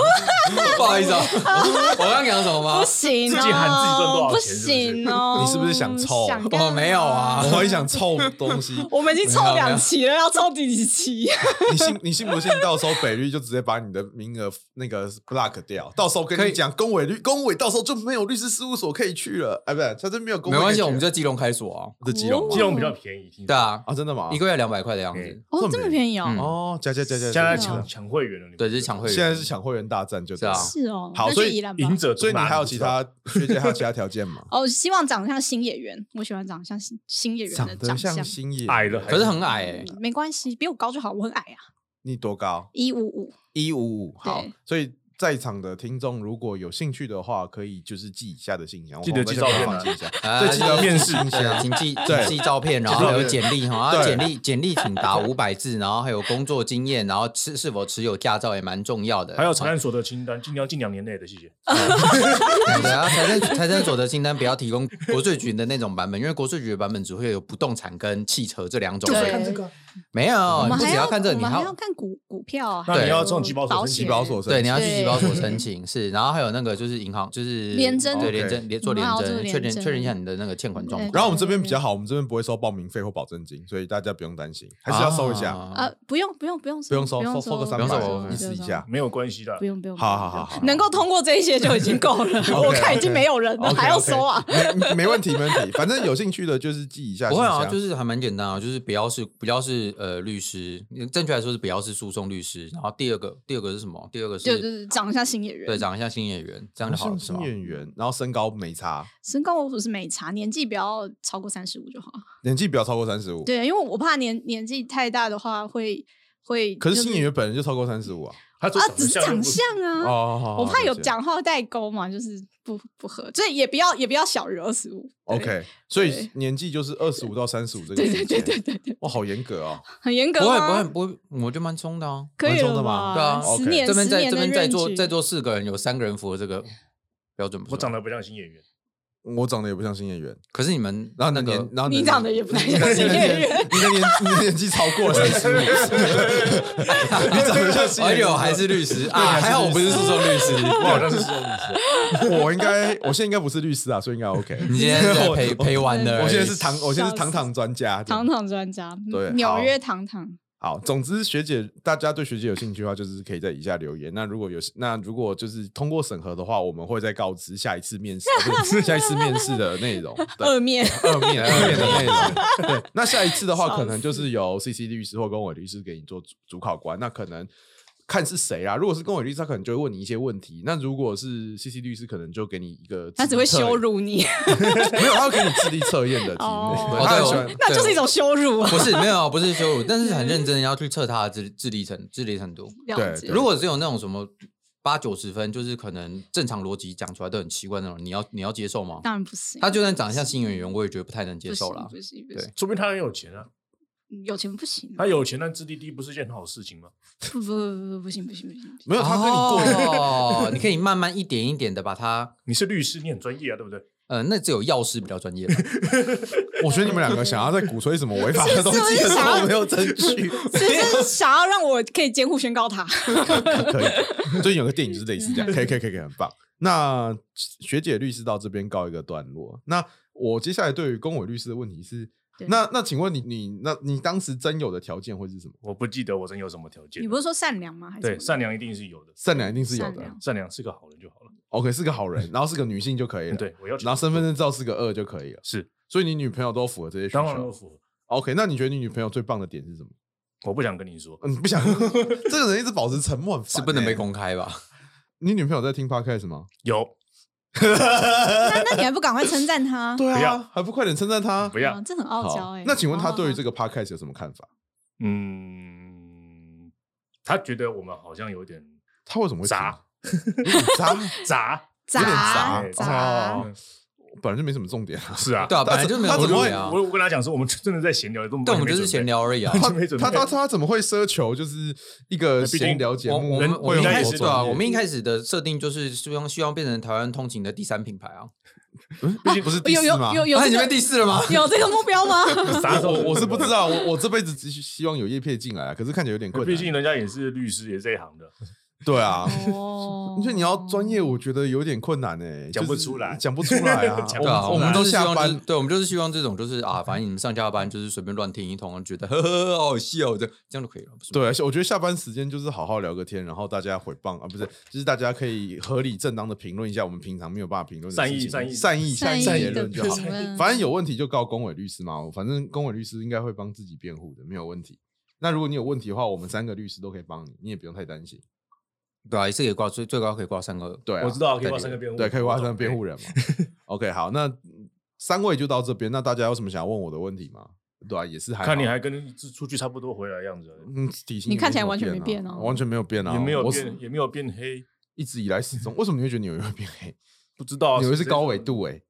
S1: 不好意思啊， 我刚刚讲什么吗
S5: 不？行、哦，
S3: 自己喊自己赚多少钱
S5: 不
S3: 是不哦是
S5: 行哦。
S2: 你是不是想凑
S5: 想干
S1: 我没有啊
S2: 我很想凑东 西，
S5: 我们已经凑
S1: 没有没有
S5: 两期了，要凑第几期？
S2: 你信你信不信？到时候北律就直接把你的名额那个 block 掉，到时候跟
S1: 可
S2: 你
S1: 以
S2: 讲公委律公委，到时候就没有律师事务所可以去了。哎，不对，他真没有公委
S1: 没关系，
S2: 可以去
S1: 我们在基隆开锁啊。
S2: 这基隆吗
S3: 基隆比较便宜，听说
S1: 对啊，
S2: 啊，真的吗？
S1: 一个月两百块的样子
S3: 嗯。
S5: 哦，这么便宜哦。
S1: 嗯
S2: 哦，加加加加，
S3: 现在
S2: 加
S3: 抢抢会员了，你们
S1: 对这是抢会员
S2: 现在是抢会员大战，就是
S1: 啊
S5: 是哦，
S2: 好
S5: 那
S2: 所
S5: 去
S2: 以
S5: 宜兰吧。
S3: 赢者独
S2: 所以你
S3: 大
S2: 还有
S3: 不
S2: 其
S3: 知道
S2: 他学姐还有其他条件吗？
S5: 哦，希望长得像新演员，我喜欢长得像新新演员
S2: 长
S5: 的
S2: 得
S5: 长相嗯
S2: 像。星野，
S3: 矮了，
S1: 可是很矮哎、
S5: 没关系，比我高就好，我很矮啊，
S2: 你多高？
S5: 一五五。
S2: 一五五，好
S5: 对，
S2: 所以在场的听众如果有兴趣的话，可以就是记以下的信箱，
S3: 记得
S2: 我们
S3: 寄照片啊
S2: 放进一下，
S1: 啊
S2: 对，记得
S3: 面试
S2: 信
S1: 对啊，
S2: 箱。
S1: 请寄
S2: 对
S1: 请寄照片，然后还有简历 哈，
S2: 对
S1: 啊简历简历请 达五百字，然后还有工作经验，然后是是否持有驾照也蛮重要的。
S3: 还有财产所得清单，尽量近两年内的，谢谢。
S1: 对啊，财政财政所得清单不要提供国税局的那种版本，因为国税局的版本只会有不动产跟汽车这两种
S5: 就
S1: 而
S5: 是
S1: 已。
S5: 看这
S3: 个，
S1: 没有，哦
S5: 我
S1: 你
S5: 们
S1: 不
S5: 还
S1: 只
S5: 要
S1: 看这个，
S5: 我
S1: 你
S5: 们
S1: 还
S5: 还要
S1: 要
S5: 看股股票啊，
S3: 那
S1: 你
S5: 还有
S3: 要上集保所
S5: 保
S3: 申
S5: 险
S3: 请
S2: 集保所申
S1: 对，你要去集
S5: 对
S1: 保所申请，是，然后还有那个就是银行，就是
S5: 联征
S1: 对
S2: OK
S1: 联征，联做
S5: 我们
S1: 联
S5: 还要做
S1: 征，
S5: 联
S1: 确认
S5: 征
S1: 确认一下你的那个欠款状
S5: 对
S1: 况，
S2: 然后我们这边比较好，我们这边不会收报名费或保证金，所以大家不用担心，还是要收一下，
S1: 啊
S5: 呃，不用不用不用
S2: 不用收，
S5: 不
S2: 收
S5: 用
S2: 收个三
S1: 不用收
S2: 百，意思一下，。
S3: 没有关系的
S5: 不。用不用，
S2: 好好好好，
S5: 能够通过这一些就已经够了，我看已经没有人了，还要 收啊？
S2: 没没问题，没问题，反正有兴趣的就是记一下
S1: 不
S2: 信
S1: 会
S2: 箱。
S1: 啊啊，就是还蛮简单啊，就是不要是不要是是呃律师，正确来说是不要是诉讼律师。然后第二个，第二个是什么？第二个是
S5: 就就是长一下心演员。
S1: 对，长得像新演员，这样就好了，
S2: 像
S1: 是
S2: 新
S1: 吗？
S2: 哦演员，然后身高没差，
S5: 身高我不是没差，年纪不要超过三十五就好。
S2: 年纪不要超过三十五。
S5: 对，因为我怕年年纪太大的话会会。
S2: 可是
S5: 就
S2: 新演员本人就超过三十五啊。
S3: 他说
S5: 啊，只是长相啊。
S2: 哦，好
S5: 我怕有。
S2: 好好了解
S5: 讲话代沟嘛，就是不不合，所以也不要也不要小于二十五。对
S2: OK，所以
S5: 对
S2: 年纪就是二十五到三十五这个
S5: 对
S2: 区
S5: 对
S2: 间
S5: 对对对对，
S2: 哇，好严格哦。
S5: 很严格
S1: 不会
S5: 吗
S1: 不会不会，我就蛮冲的啊。
S5: 啊可以
S2: 蛮重的
S5: 了
S2: 嘛
S5: 吧？
S1: 对啊
S5: 十
S2: OK
S5: 年
S1: 这边在
S5: 十年
S1: 这
S5: 的
S1: 边在
S5: range
S1: 座在座四个人，有三个人符合这个标准，不
S3: 我
S1: 错
S3: 长。得不像新演员，
S2: 我长得也不像新演员，
S1: 可是你们
S2: 然后
S1: 那
S2: 你的
S1: 个
S2: 年，然后
S5: 你
S2: 的
S5: 长得也不太
S2: 你的
S5: 像新演员，
S2: 你的年你的年纪超过三十五，你长得像新
S1: 哎
S2: 演员
S1: 呦，还是律师啊，还好我不是诉讼律师。
S2: 我好像是说律师，我应该我现在应该不是律师啊，所以应该 OK。
S1: 你今天是在
S2: 我
S1: 陪陪玩的而已，
S2: 我现在是糖，我现在是
S5: 笑死
S2: 糖糖专家。这样
S5: 糖糖专家，
S2: 对
S5: 纽
S2: 好
S5: 约糖糖，
S2: 好，总之学姐，大家对学姐有兴趣的话，就是可以在以下留言。那如果有，那如果就是通过审核的话，我们会再告知下一次面试，不是下一次面试的内容。 对
S5: 二面
S2: 二面二面的内容。对，那下一次的话，
S5: 笑
S2: 可能就是由 CC 律师或公委律师给你做主主考官。那可能看是谁啊？如果是公委律师，他可能就会问你一些问题。那如果是 CC 律师，可能就给你一个
S5: 他只会
S2: 智力测
S5: 羞，辱你，
S2: 没有，他会给你智力测验的题目。
S5: 哦
S2: 对
S1: 哦
S2: 他很
S1: 对
S2: 喜
S1: 我
S2: 欢
S5: 那就是一种羞辱啊。
S1: 不是没有不是羞辱，但是很认真地要去测他的智智力程智力程度。
S5: 了解
S2: 对
S1: 如果只有那种什么八九十分，就是可能正常逻辑讲出来都很奇怪那种，你要你要接受吗？
S5: 当然不行，
S1: 他就算长得像新演员，我也觉得不太能接受啦
S5: 不。行不行，不
S1: 对
S5: 行
S3: 说明他很有钱啊。
S5: 有钱不行啊，
S3: 他有钱但智力低不是一件很好的事情吗？
S5: 不不不不不行不行不行，不行
S2: 没有他跟你过一样。
S1: 哦，你可以慢慢一点一点的把他，
S3: 你是律师，你很专业啊，对不对？
S1: 呃，那只有药师比较专 业吧。
S2: 我觉得你们两个想要在鼓吹什么违法的东 西的时候没有证 据，
S5: 就是想要让我可以监护宣告他。
S2: 可以。最近有个电影就是类似这样，可以可以可以可以，很棒。那学姐律师到这边告一个段落。那我接下来对于公委律师的问题是，
S5: 对
S2: 那那请问你你那你当时真有的条件会是什么？
S3: 我不记得我真有什么条件
S5: 你。不是说善良吗？还是
S3: 对，
S5: 什么
S3: 善良一定是有的，
S2: 善良一定是有
S5: 善
S2: 的
S5: 良
S3: 善良是个好人就好了。
S2: ，OK 是个好人，然后是个女性就可以了，
S3: 嗯
S5: 啊
S3: 对，我要求
S2: 然后身份证照是个二就可以了。
S3: 是
S2: 所以你女朋友都符合这些需
S3: 当然都
S2: 求。
S3: 符合。
S2: OK，那你觉得你女朋友最棒的点是什么？
S3: 我不想跟你说，
S2: 嗯，不想， 这个人一直保持沉默，很烦
S1: 是不能
S2: 欸
S1: 被。公开吧？
S2: 你女朋友在听 podcast 吗？
S3: 有
S5: 那那你还不赶快称赞他？
S2: 对
S3: 不要
S2: 啊，还不快点称赞他
S3: 不？要
S5: 啊，？这很傲娇哎。
S2: 那请问他对于
S5: 个
S2: 这个 podcast 有什么看法？
S3: 嗯，他觉得我们好像有点
S2: 他为什么会
S3: 杂
S2: 听 杂？
S3: 杂，
S5: 杂
S2: 有点
S3: 杂
S5: 杂
S2: 哦
S3: 嗯
S2: 本来就没什么重 点啊。
S3: 是 啊。
S1: 对啊，
S2: 他
S1: 本来就没有
S2: 他怎么
S1: 录
S2: 会
S1: 啊。
S3: 我我跟他讲说，我们真的在闲聊，根本
S1: 但我们就是闲聊而已啊。
S2: 他
S3: 完全没准备
S2: 他他他怎么会奢求就是一个
S3: 毕竟
S2: 闲聊节
S1: 我
S2: 目
S1: 我
S2: 会
S1: 们
S2: 有
S1: 我们一开
S2: 很
S1: 始
S2: 多
S1: 对啊，
S2: 专业
S1: 我们一开始的设定就是希望希望变成台湾通勤的第三品牌啊。
S2: 嗯毕竟不是第
S5: 有
S2: 四
S5: 哎有
S2: 吗？
S5: 有有
S1: 啊
S5: 这
S1: 你们
S5: 个
S1: 第四了吗？
S5: 有这个目标吗？
S3: 杂
S2: 我 我是不知。道，我我这辈子只希望有叶片进来啊，可是看起来有点困难。
S3: 哎毕竟人家也是律师，也是这一行的，
S2: 对啊，
S5: 哦
S2: 因为你要专业，我觉得有点困难哎，
S3: 讲不
S2: 就是
S3: 出来
S2: 讲不出来啊。
S3: 讲
S2: 我
S3: 不
S1: 对啊，
S2: 们我们
S1: 就
S2: 都
S1: 是希望
S2: 下
S1: 就是
S2: 班，
S1: 对，我们就是希望这种就是啊，反正你们上下班就是随便乱听一通，觉得呵呵好好笑，这样这样就可以了，不是吗？
S2: 对，而且我觉得下班时间就是好好聊个天，然后大家回谤啊，不是，就是大家可以合理正当的评论一下我们平常没有办法评论的
S3: 善意
S2: 事情
S3: 善意
S2: 善意
S5: 善
S2: 意
S5: 意
S2: 言
S5: 的
S2: 论就好
S5: 评。论
S2: 反正有问题就告公委律师嘛，我反正公委律师应该会帮自己辩护的，没有问题。那如果你有问题的话，我们三个律师都可以帮你，你也不用太担心。
S1: 对啊，一次可以挂最最高可以挂三个，
S2: 对、啊，
S3: 我知道可以挂
S2: 对
S3: 三个辩护
S2: 对，
S3: 人
S2: 可以挂
S3: 我懂
S2: 三个辩护人嘛。OK，好，那嗯三位就到这边。那大家有什么想要问我的问题吗？对啊，也是还
S3: 看
S2: 好
S3: 你还跟出去差不多回来的样子而已，
S2: 嗯，体型
S5: 你
S2: 也
S5: 看
S2: 没
S5: 起
S2: 什
S5: 来
S2: 么
S5: 完全没
S2: 变
S5: 变
S2: 啊
S5: 哦
S2: 完全没有变啊，
S3: 也没有
S2: 我
S3: 变，也没有变黑，
S2: 一直以来始 终，为什么你会觉得纽约会变黑？
S3: 不知道啊
S2: 纽约是
S3: 谁
S2: 高纬
S3: 说的
S2: 度哎、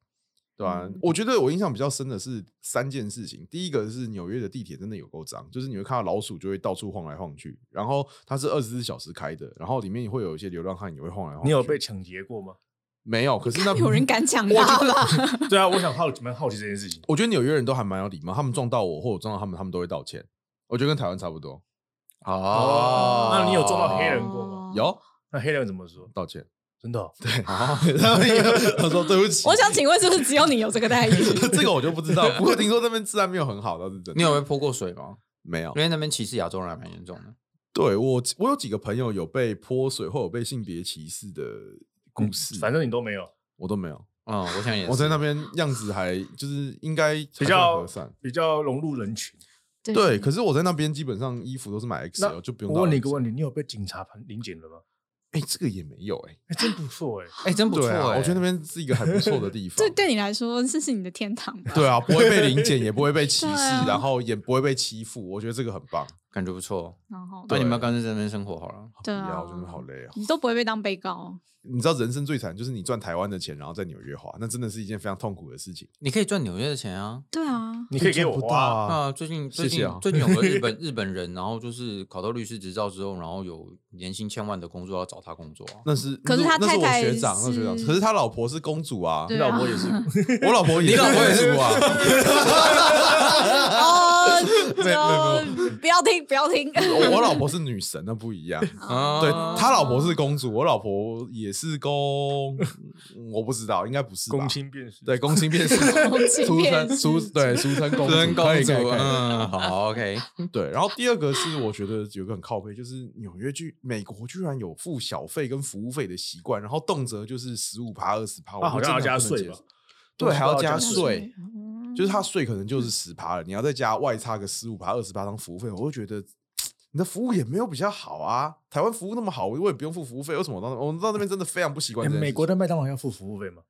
S2: 对吧、
S5: 嗯
S2: 我觉得我印象比较深的是三件事情。第一个是纽约的地铁真的有够脏，就是你会看到老鼠就会到处晃来晃去，然后它是二十四小时开的，然后里面会有一些流浪汉也会晃来晃去。
S3: 你有被抢劫过吗？
S2: 没有？可是那
S5: 有人敢抢
S2: 我
S5: 他
S2: 觉得
S5: 吧？
S3: 对啊，我想好奇，蛮好奇这件事情。
S2: 我觉得纽约人都还蛮有礼貌，他们撞到我或者撞到他们，他们都会道歉。我觉得跟台湾差不多，
S1: 哦
S3: 那你有撞到黑人过吗？
S2: 有
S3: 那黑人怎么说？
S2: 道 歉。
S3: 真的哦、
S1: 啊？
S2: 他们也他说对不起，
S5: 我想请问，是不是只有你有这 个待遇？
S2: 这个我就不知 道。不过听说那边治安没有很好，倒是真的。
S1: 你有被泼过水吗？
S2: 没有
S1: 因？为那边歧视亚洲人还蛮严重的。
S2: 对我，我有几个朋友有被泼水或有被性别歧视的故事，
S3: 嗯反正你都没有，
S2: 我都没有。
S1: 嗯，我想也是。
S2: 我在那边样子还就是应该比
S3: 比较
S2: 和善，
S3: 比较融入人群。
S5: 对
S2: 对，可是我在那边基本上衣服都是买 XL，就不用。
S3: 我问你一个
S2: 题，
S3: 问题，你有被警察盘临检了吗？
S2: 哎，这个也没有哎，
S3: 哎，真不错哎，
S1: 哎，真不错
S2: 对啊，
S1: 哎，
S2: 我觉得那边是一个还不错的地方
S5: 这。 对你来说，这是你的天堂吧？
S2: 对啊，不会被临检，也不会被歧
S5: 对
S2: 视，
S5: 啊
S2: 然后也不会被欺负，我觉得这个很棒。
S1: 感觉不错。
S5: 然后
S1: 那
S2: 对
S1: 你们要干脆在那边生活好了。
S5: 对
S2: 不
S5: 啊
S2: 要，我真的好累哦。
S5: 你都不会被当被告，哦
S2: 你知道人生最惨就是你赚台湾的钱，然后在纽约花，那真的是一件非常痛苦的事情。
S1: 你可以赚纽约的钱啊。
S5: 对啊，
S3: 你可以给
S2: 赚
S3: 我
S2: 不到
S3: 花。
S5: 嗯
S2: 啊，
S1: 那最近最
S2: 谢
S1: 近
S2: 谢啊
S1: 最近有个日 本日本人，然后就是考到律师执照之后，然后有年薪千万的工作要找他工作啊。
S2: 那是
S5: 可是
S2: 那
S5: 他
S2: 那是我
S5: 太太
S2: 学长，那是我学
S5: 是
S2: 长，可是他老婆是公主啊，
S5: 对
S3: 老
S5: 啊
S3: 婆，也是，
S2: 我老婆也，
S1: 你老婆也是我啊
S5: 哦，
S2: 没有
S5: 就哦不要听，不要听，
S2: 我我老婆是女神，那不一样。
S1: 啊，
S2: 对他老婆是公主，我老婆也是公，嗯我不知道，应该不是吧
S3: 公？亲便是。
S2: 对，公 卿变是
S5: 公卿
S2: 俗
S5: 便
S2: 称
S5: 是
S2: 俗对俗称公主，
S1: 真公
S2: 可以
S1: 主，
S2: 可以可以
S1: 嗯，好，OK，
S2: 对，然后第二个是我觉得有个很靠背，就是纽约居美国居然有付小费跟服务费的习惯，然后动辄就是十五趴二十趴，我
S3: 啊好
S2: 真
S3: 像
S2: 的
S3: 要加
S2: 不能
S3: 税
S2: 接
S3: 吧
S2: 受？对，还要加
S5: 嗯
S3: 不知道要嗯
S2: 税，就是他税可能就是十趴了，你要再加外差个十五趴二十趴当服务费，我会觉得。你的服务也没有比较好啊，台湾服务那么好，我也不用付服务费，为什么我到那我到那边真的非常不习惯
S3: 哎
S2: 这件事
S3: 美
S2: 情
S3: 国的麦当劳要付服务费吗？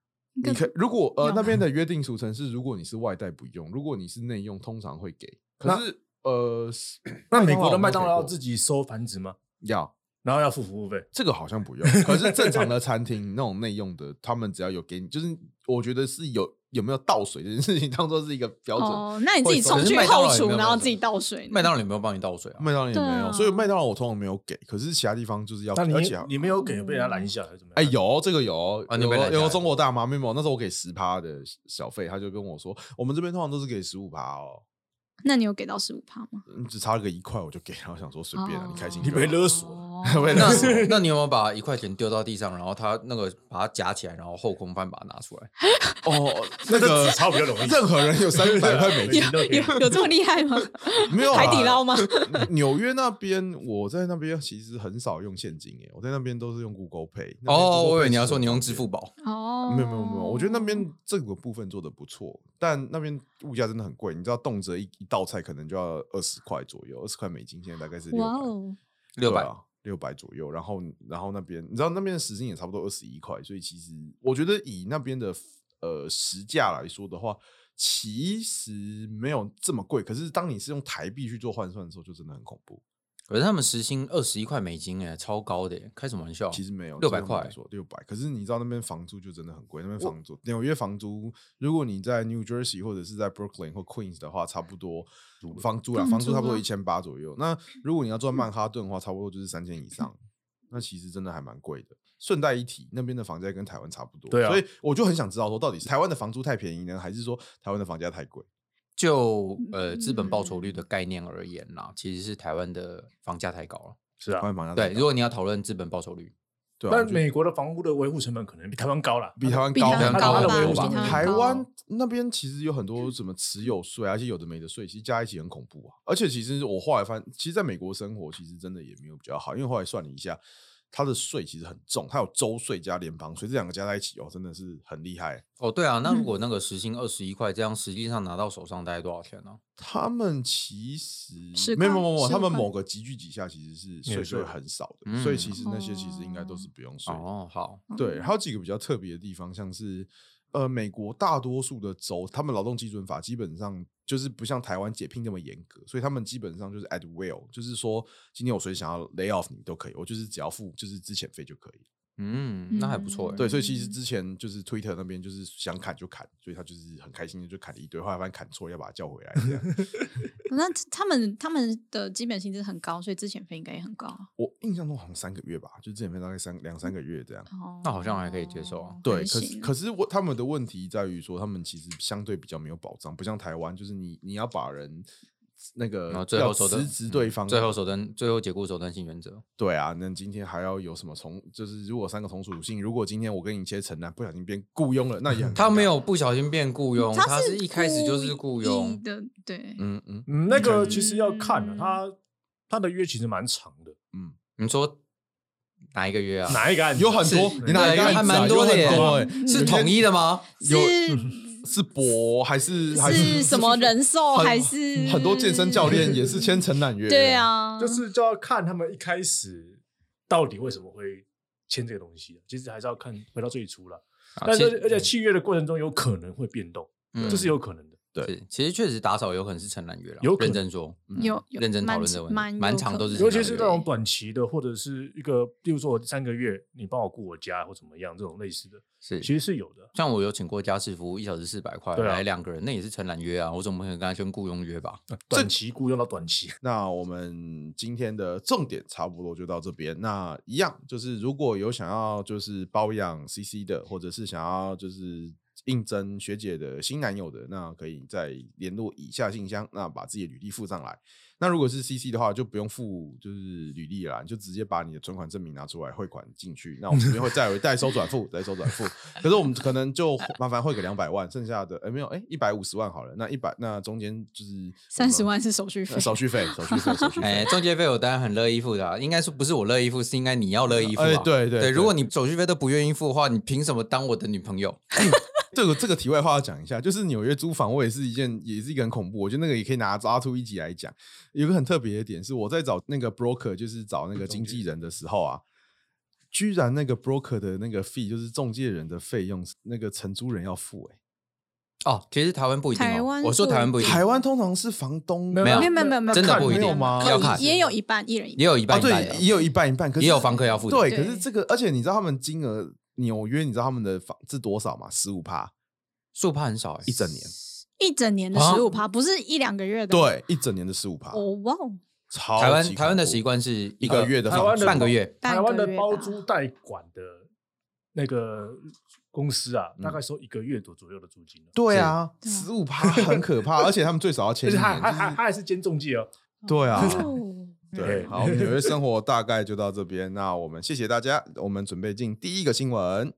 S2: 你可如果呃
S5: 要
S2: 那边的约定俗成是，如果你是外带不用，如果你是内用，通常会给。可
S3: 那
S2: 是呃，是
S3: 那美国的麦当劳
S2: 有
S3: 要
S2: 没有给
S3: 自己收盘子吗？
S2: 过要
S3: 然后要付服务费？
S2: 这个好像不用， 可是正常的餐厅那种内用的，他们只要有给你，就是我觉得是有有没有倒水这件事情当做是一个标准。
S5: 哦，那你自己
S1: 可
S5: 冲
S1: 是
S5: 去
S1: 麦当劳也
S5: 后
S1: 没
S5: 厨，
S1: 有
S5: 然后
S1: 办法
S5: 自己倒水呢，
S1: 麦当劳有没有帮你倒水啊？
S2: 麦当劳也没
S5: 对
S2: 有，
S5: 啊
S2: 所以麦当劳我通常没有给，可是其他地方就是要给，
S3: 那
S2: 而且啊
S3: 你你没有给被人家拦下还是怎么样？
S2: 哎，有这个有
S1: 啊你
S2: 有
S1: 有被拦
S2: 个
S1: 下
S2: 有个
S1: 来
S2: 中国大妈没有，那时候我给十趴的小费，他就跟我说，我们这边通常都是给十五趴哦，
S5: 那你有给到十五趴吗？
S2: 嗯只差了个一块我就给，然后想说随便啊，
S5: 哦
S2: 你开心
S3: 你
S2: 就好
S3: 被勒索
S5: 哦
S2: 为了什
S1: 那那你有没有把一块钱丢到地上，然后他那个把它夹起来，然后后空翻把它拿出来？
S2: 哦，那个
S3: 钞比较容易
S2: 任何人有三百块美
S3: 对
S2: 金
S3: 啊
S5: 有有有这么厉害吗？
S2: 没有啊
S5: 海底捞吗？
S2: 纽约那边，我在那边其实很少用现金欸耶，我在那边都是用 Google Pay 那边 Google Pay 是很方便。
S1: 哦，我以为你要说你用支付宝。
S5: 哦，
S2: 没有没有没有，我觉得那边这个部分做的不错，但那边物价真的很贵，你知道动辄一一道菜可能就要二十块左右，二十块美金现在大概是六
S5: 哇
S2: 百
S5: 哦，
S2: 啊
S1: 六百，
S2: 六百左右，然后然后那边你知道那边的时薪也差不多二十一块，所以其实我觉得以那边的呃实价来说的话，其实没有这么贵，可是当你是用台币去做换算的时候，就真的很恐怖。
S1: 可是他们时薪二十一块美金，哎，超高的耶，开什么玩笑？
S2: 其实没有
S1: 600块
S2: 说六百。可是你知道那边房租就真的很贵，那边房租纽约房租，如果你在 New Jersey 或者是在 Brooklyn 或 Queens 的话，差不多房租啊，
S5: 房
S2: 房租
S5: 租
S2: 差不多
S5: 啊
S2: 一千八左右。那如果你要住在曼哈顿的话，差不多就是三千以上。那其实真的还蛮贵的。顺带一提，那边的房价跟台湾差不多，
S3: 对啊
S2: 所以我就很想知道说，到底是台湾的房租太便宜呢，还是说台湾的房价太贵？
S1: 就呃资本报酬率的概念而言啦，其实是台湾的房价太高了。
S3: 是
S2: 台
S3: 啊
S2: 湾，房价太
S1: 对，
S2: 高
S1: 如果你要讨论资本报酬率，
S2: 对啊，我
S3: 但
S2: 觉得
S3: 美国的房屋的维护成本可能比台湾高啦。
S2: 比台湾
S5: 比
S2: 高，
S5: 台湾
S1: 高吧
S2: 很多
S1: 比台湾
S2: 台
S5: 高
S2: 湾那边其实有很多什么持有税啊，而且有的没的税，其实加一起很恐怖啊。而且其实我后来发现，其实在美国生活其实真的也没有比较好，因为后来算了一下，它的税其实很重，它有州税加联邦税，这两个加在一起哦，真的是很厉害。
S1: 哦，对啊，那如果那个时薪二十一块，这样实际上拿到手上大概多少钱呢、
S2: 他们其实
S5: 10
S2: 没有没有
S5: 块
S2: 没有，
S5: 15
S2: 他们
S5: 块
S2: 某个集聚几下其实是税税
S3: 免税
S2: 很少的，
S1: 嗯
S2: 所以其实那些其实应该都是不用税的。
S1: 哦，好，
S2: 对，还有几个比较特别的地方，像是呃，美国大多数的州，他们劳动基准法基本上就是不像台湾解聘那么严格，所以他们基本上就是 at will，就是说今天我谁想要 lay off 你都可以，我就是只要付就是之前费就可以。
S1: 嗯，那还不错哎。
S2: 对，所以其实之前就是 Twitter 那边就是想砍就砍，所以他就是很开心的就砍了一堆，后来发现砍错要把他叫回来这样。
S5: 那他们他们的基本薪资很高，所以之前费应该也很高啊。
S2: 我印象中好像三个月吧，就之前费大概三两三个月这样。
S5: 哦，
S1: 那好像还可以接受啊
S2: 对，可是可
S5: 是
S2: 是我他们的问题在于说，他们其实相对比较没有保障，不像台湾，就是你你要把人那个
S1: 然后哦最
S2: 要
S1: 后手段
S2: 辞职对方，
S1: 最后手段，最后解雇手段性原则。
S2: 对啊，那今天还要有什么从就是如果三个同属性，如果今天我跟你切成男不小心变雇佣了，那也很
S1: 他
S2: 尴尬
S1: 没，有不小心变雇
S5: 嗯
S1: 佣，他是一开始就是雇佣。
S5: 的，对，
S1: 嗯嗯，
S3: 嗯，那个其实要看的，他他的约其实蛮长的，
S2: 嗯，
S1: 你说哪一个约啊？
S3: 哪一个案子
S2: 有很
S1: 是
S2: 多，你哪
S1: 对
S2: 一个
S1: 还
S2: 案子啊
S3: 嗯
S1: 蛮多的耶
S2: 有很多哎，
S1: 是统一的吗？
S5: 是
S2: 是博还是还
S5: 是什么人寿
S2: 很
S5: 还是
S2: 很多健身教练也是千层揽月，
S5: 对，啊，
S3: 就是就要看他们一开始到底为什么会签这个东西啊。其实还是要看回到最初了。
S1: 啊
S3: 但是
S1: 其
S2: 嗯
S3: 而且契约的过程中有可能会变动，
S1: 嗯
S3: 这是有可能的。
S1: 是其实确实打扫有可能是承揽月了，
S3: 有可
S1: 认
S3: 能
S1: 真说，嗯
S5: 有有
S1: 认真讨
S5: 蛮
S1: 论这个问
S5: 蛮
S1: 题，
S5: 有
S1: 蛮长
S5: 可
S1: 都是
S5: 能
S1: 承
S3: 尤
S1: 揽
S3: 其是
S1: 月
S3: 那种短期的，或者是一个，例如说我三个月你帮我顾我家或怎么样这种类似的，
S1: 是
S3: 其实是有的。
S1: 像我有请过家事服务，一小时四百块，
S3: 对啊
S1: 来两个人，那也是承揽约啊。我总不可能跟他签雇佣约吧？
S2: 嗯
S3: 短期雇佣到短期，
S2: 那我们今天的重点差不多就到这边。那一样就是，如果有想要就是包养 CC 的，或者是想要就是应征学姐的新男友的，那可以再联络以下信箱，那把自己的履历附上来。那如果是 CC 的话，就不用附就是履历啦，你就直接把你的存款证明拿出来汇款进去。那我们这边会再有代收转付，代收转付。可是我们可能就麻烦汇个两百万，剩下的哎、没有哎一百五十万好了，那一百那中间就是
S5: 三十万是手续费
S2: 呃，手续费，手续费，手 续费。
S1: 哎，中介费我当然很乐意付的、啊，应该说不是我乐意付，是应该你要乐意付、啊。
S2: 哎对对
S1: 对
S2: 对
S1: 如果你手续费都不愿意付的话，你凭什么当我的女朋友？
S2: 这个这个题外话要讲一下，就是纽约租房，我也是一件，也是一个很恐怖。我觉得那个也可以拿抓出一集来讲。有个很特别的点是，我在找那个 broker，就是找那个经纪人的时候啊，居然那个 broker 的那个 fee，就是中介人的费用，那个承租人要付、欸。
S1: 哦，其实台湾不一定、哦。
S5: 台湾
S1: 我说台湾不一定，
S2: 台湾通常是房东啊
S1: 没有
S5: 没有没有没有没有
S1: 真的
S5: 看
S1: 不一
S2: 没有
S1: 定
S2: 吗
S1: 要
S5: 可
S1: 看
S5: 以，也有一半一人一
S1: 也有
S5: 半，
S1: 一半一
S2: 啊，
S1: 半的、
S2: 对，也有一半一半，可是
S1: 也有房客要付的
S2: 对，
S5: 对
S2: 可是这个，而且你知道他们金额，纽约你知道他们的房是多少吗？十五趴
S1: 数怕很少、哎
S2: 一整年，
S5: 一整年的
S1: 啊
S5: 十五趴，不是一两个月的。，
S2: 对，一整年的十五趴，
S5: 哦哇哦，
S2: 超
S1: 台湾
S2: 级
S1: 台湾的
S2: 恐怖
S1: 习惯是
S2: 一个月的
S3: 台
S2: 房
S3: 湾
S2: 租
S3: 的
S1: 半个月，
S5: 半
S3: 台湾
S5: 个
S3: 的
S5: 月
S3: 包
S5: 吧
S3: 租代管的那个公司啊，大概收一个月左左右的租金了。
S2: 对啊，
S5: 对啊
S2: 十五 趴很可怕，而且他们最少要签
S3: 而
S2: 一
S3: 且
S2: 年
S3: 他还
S2: 就
S3: 还
S2: 是。
S3: 他还是兼中介哦，
S2: 对啊，
S5: 哦
S2: 对，
S3: 嗯
S2: 好，纽约生活大概就到这边。那我们谢谢大家，我们准备进第一个新闻。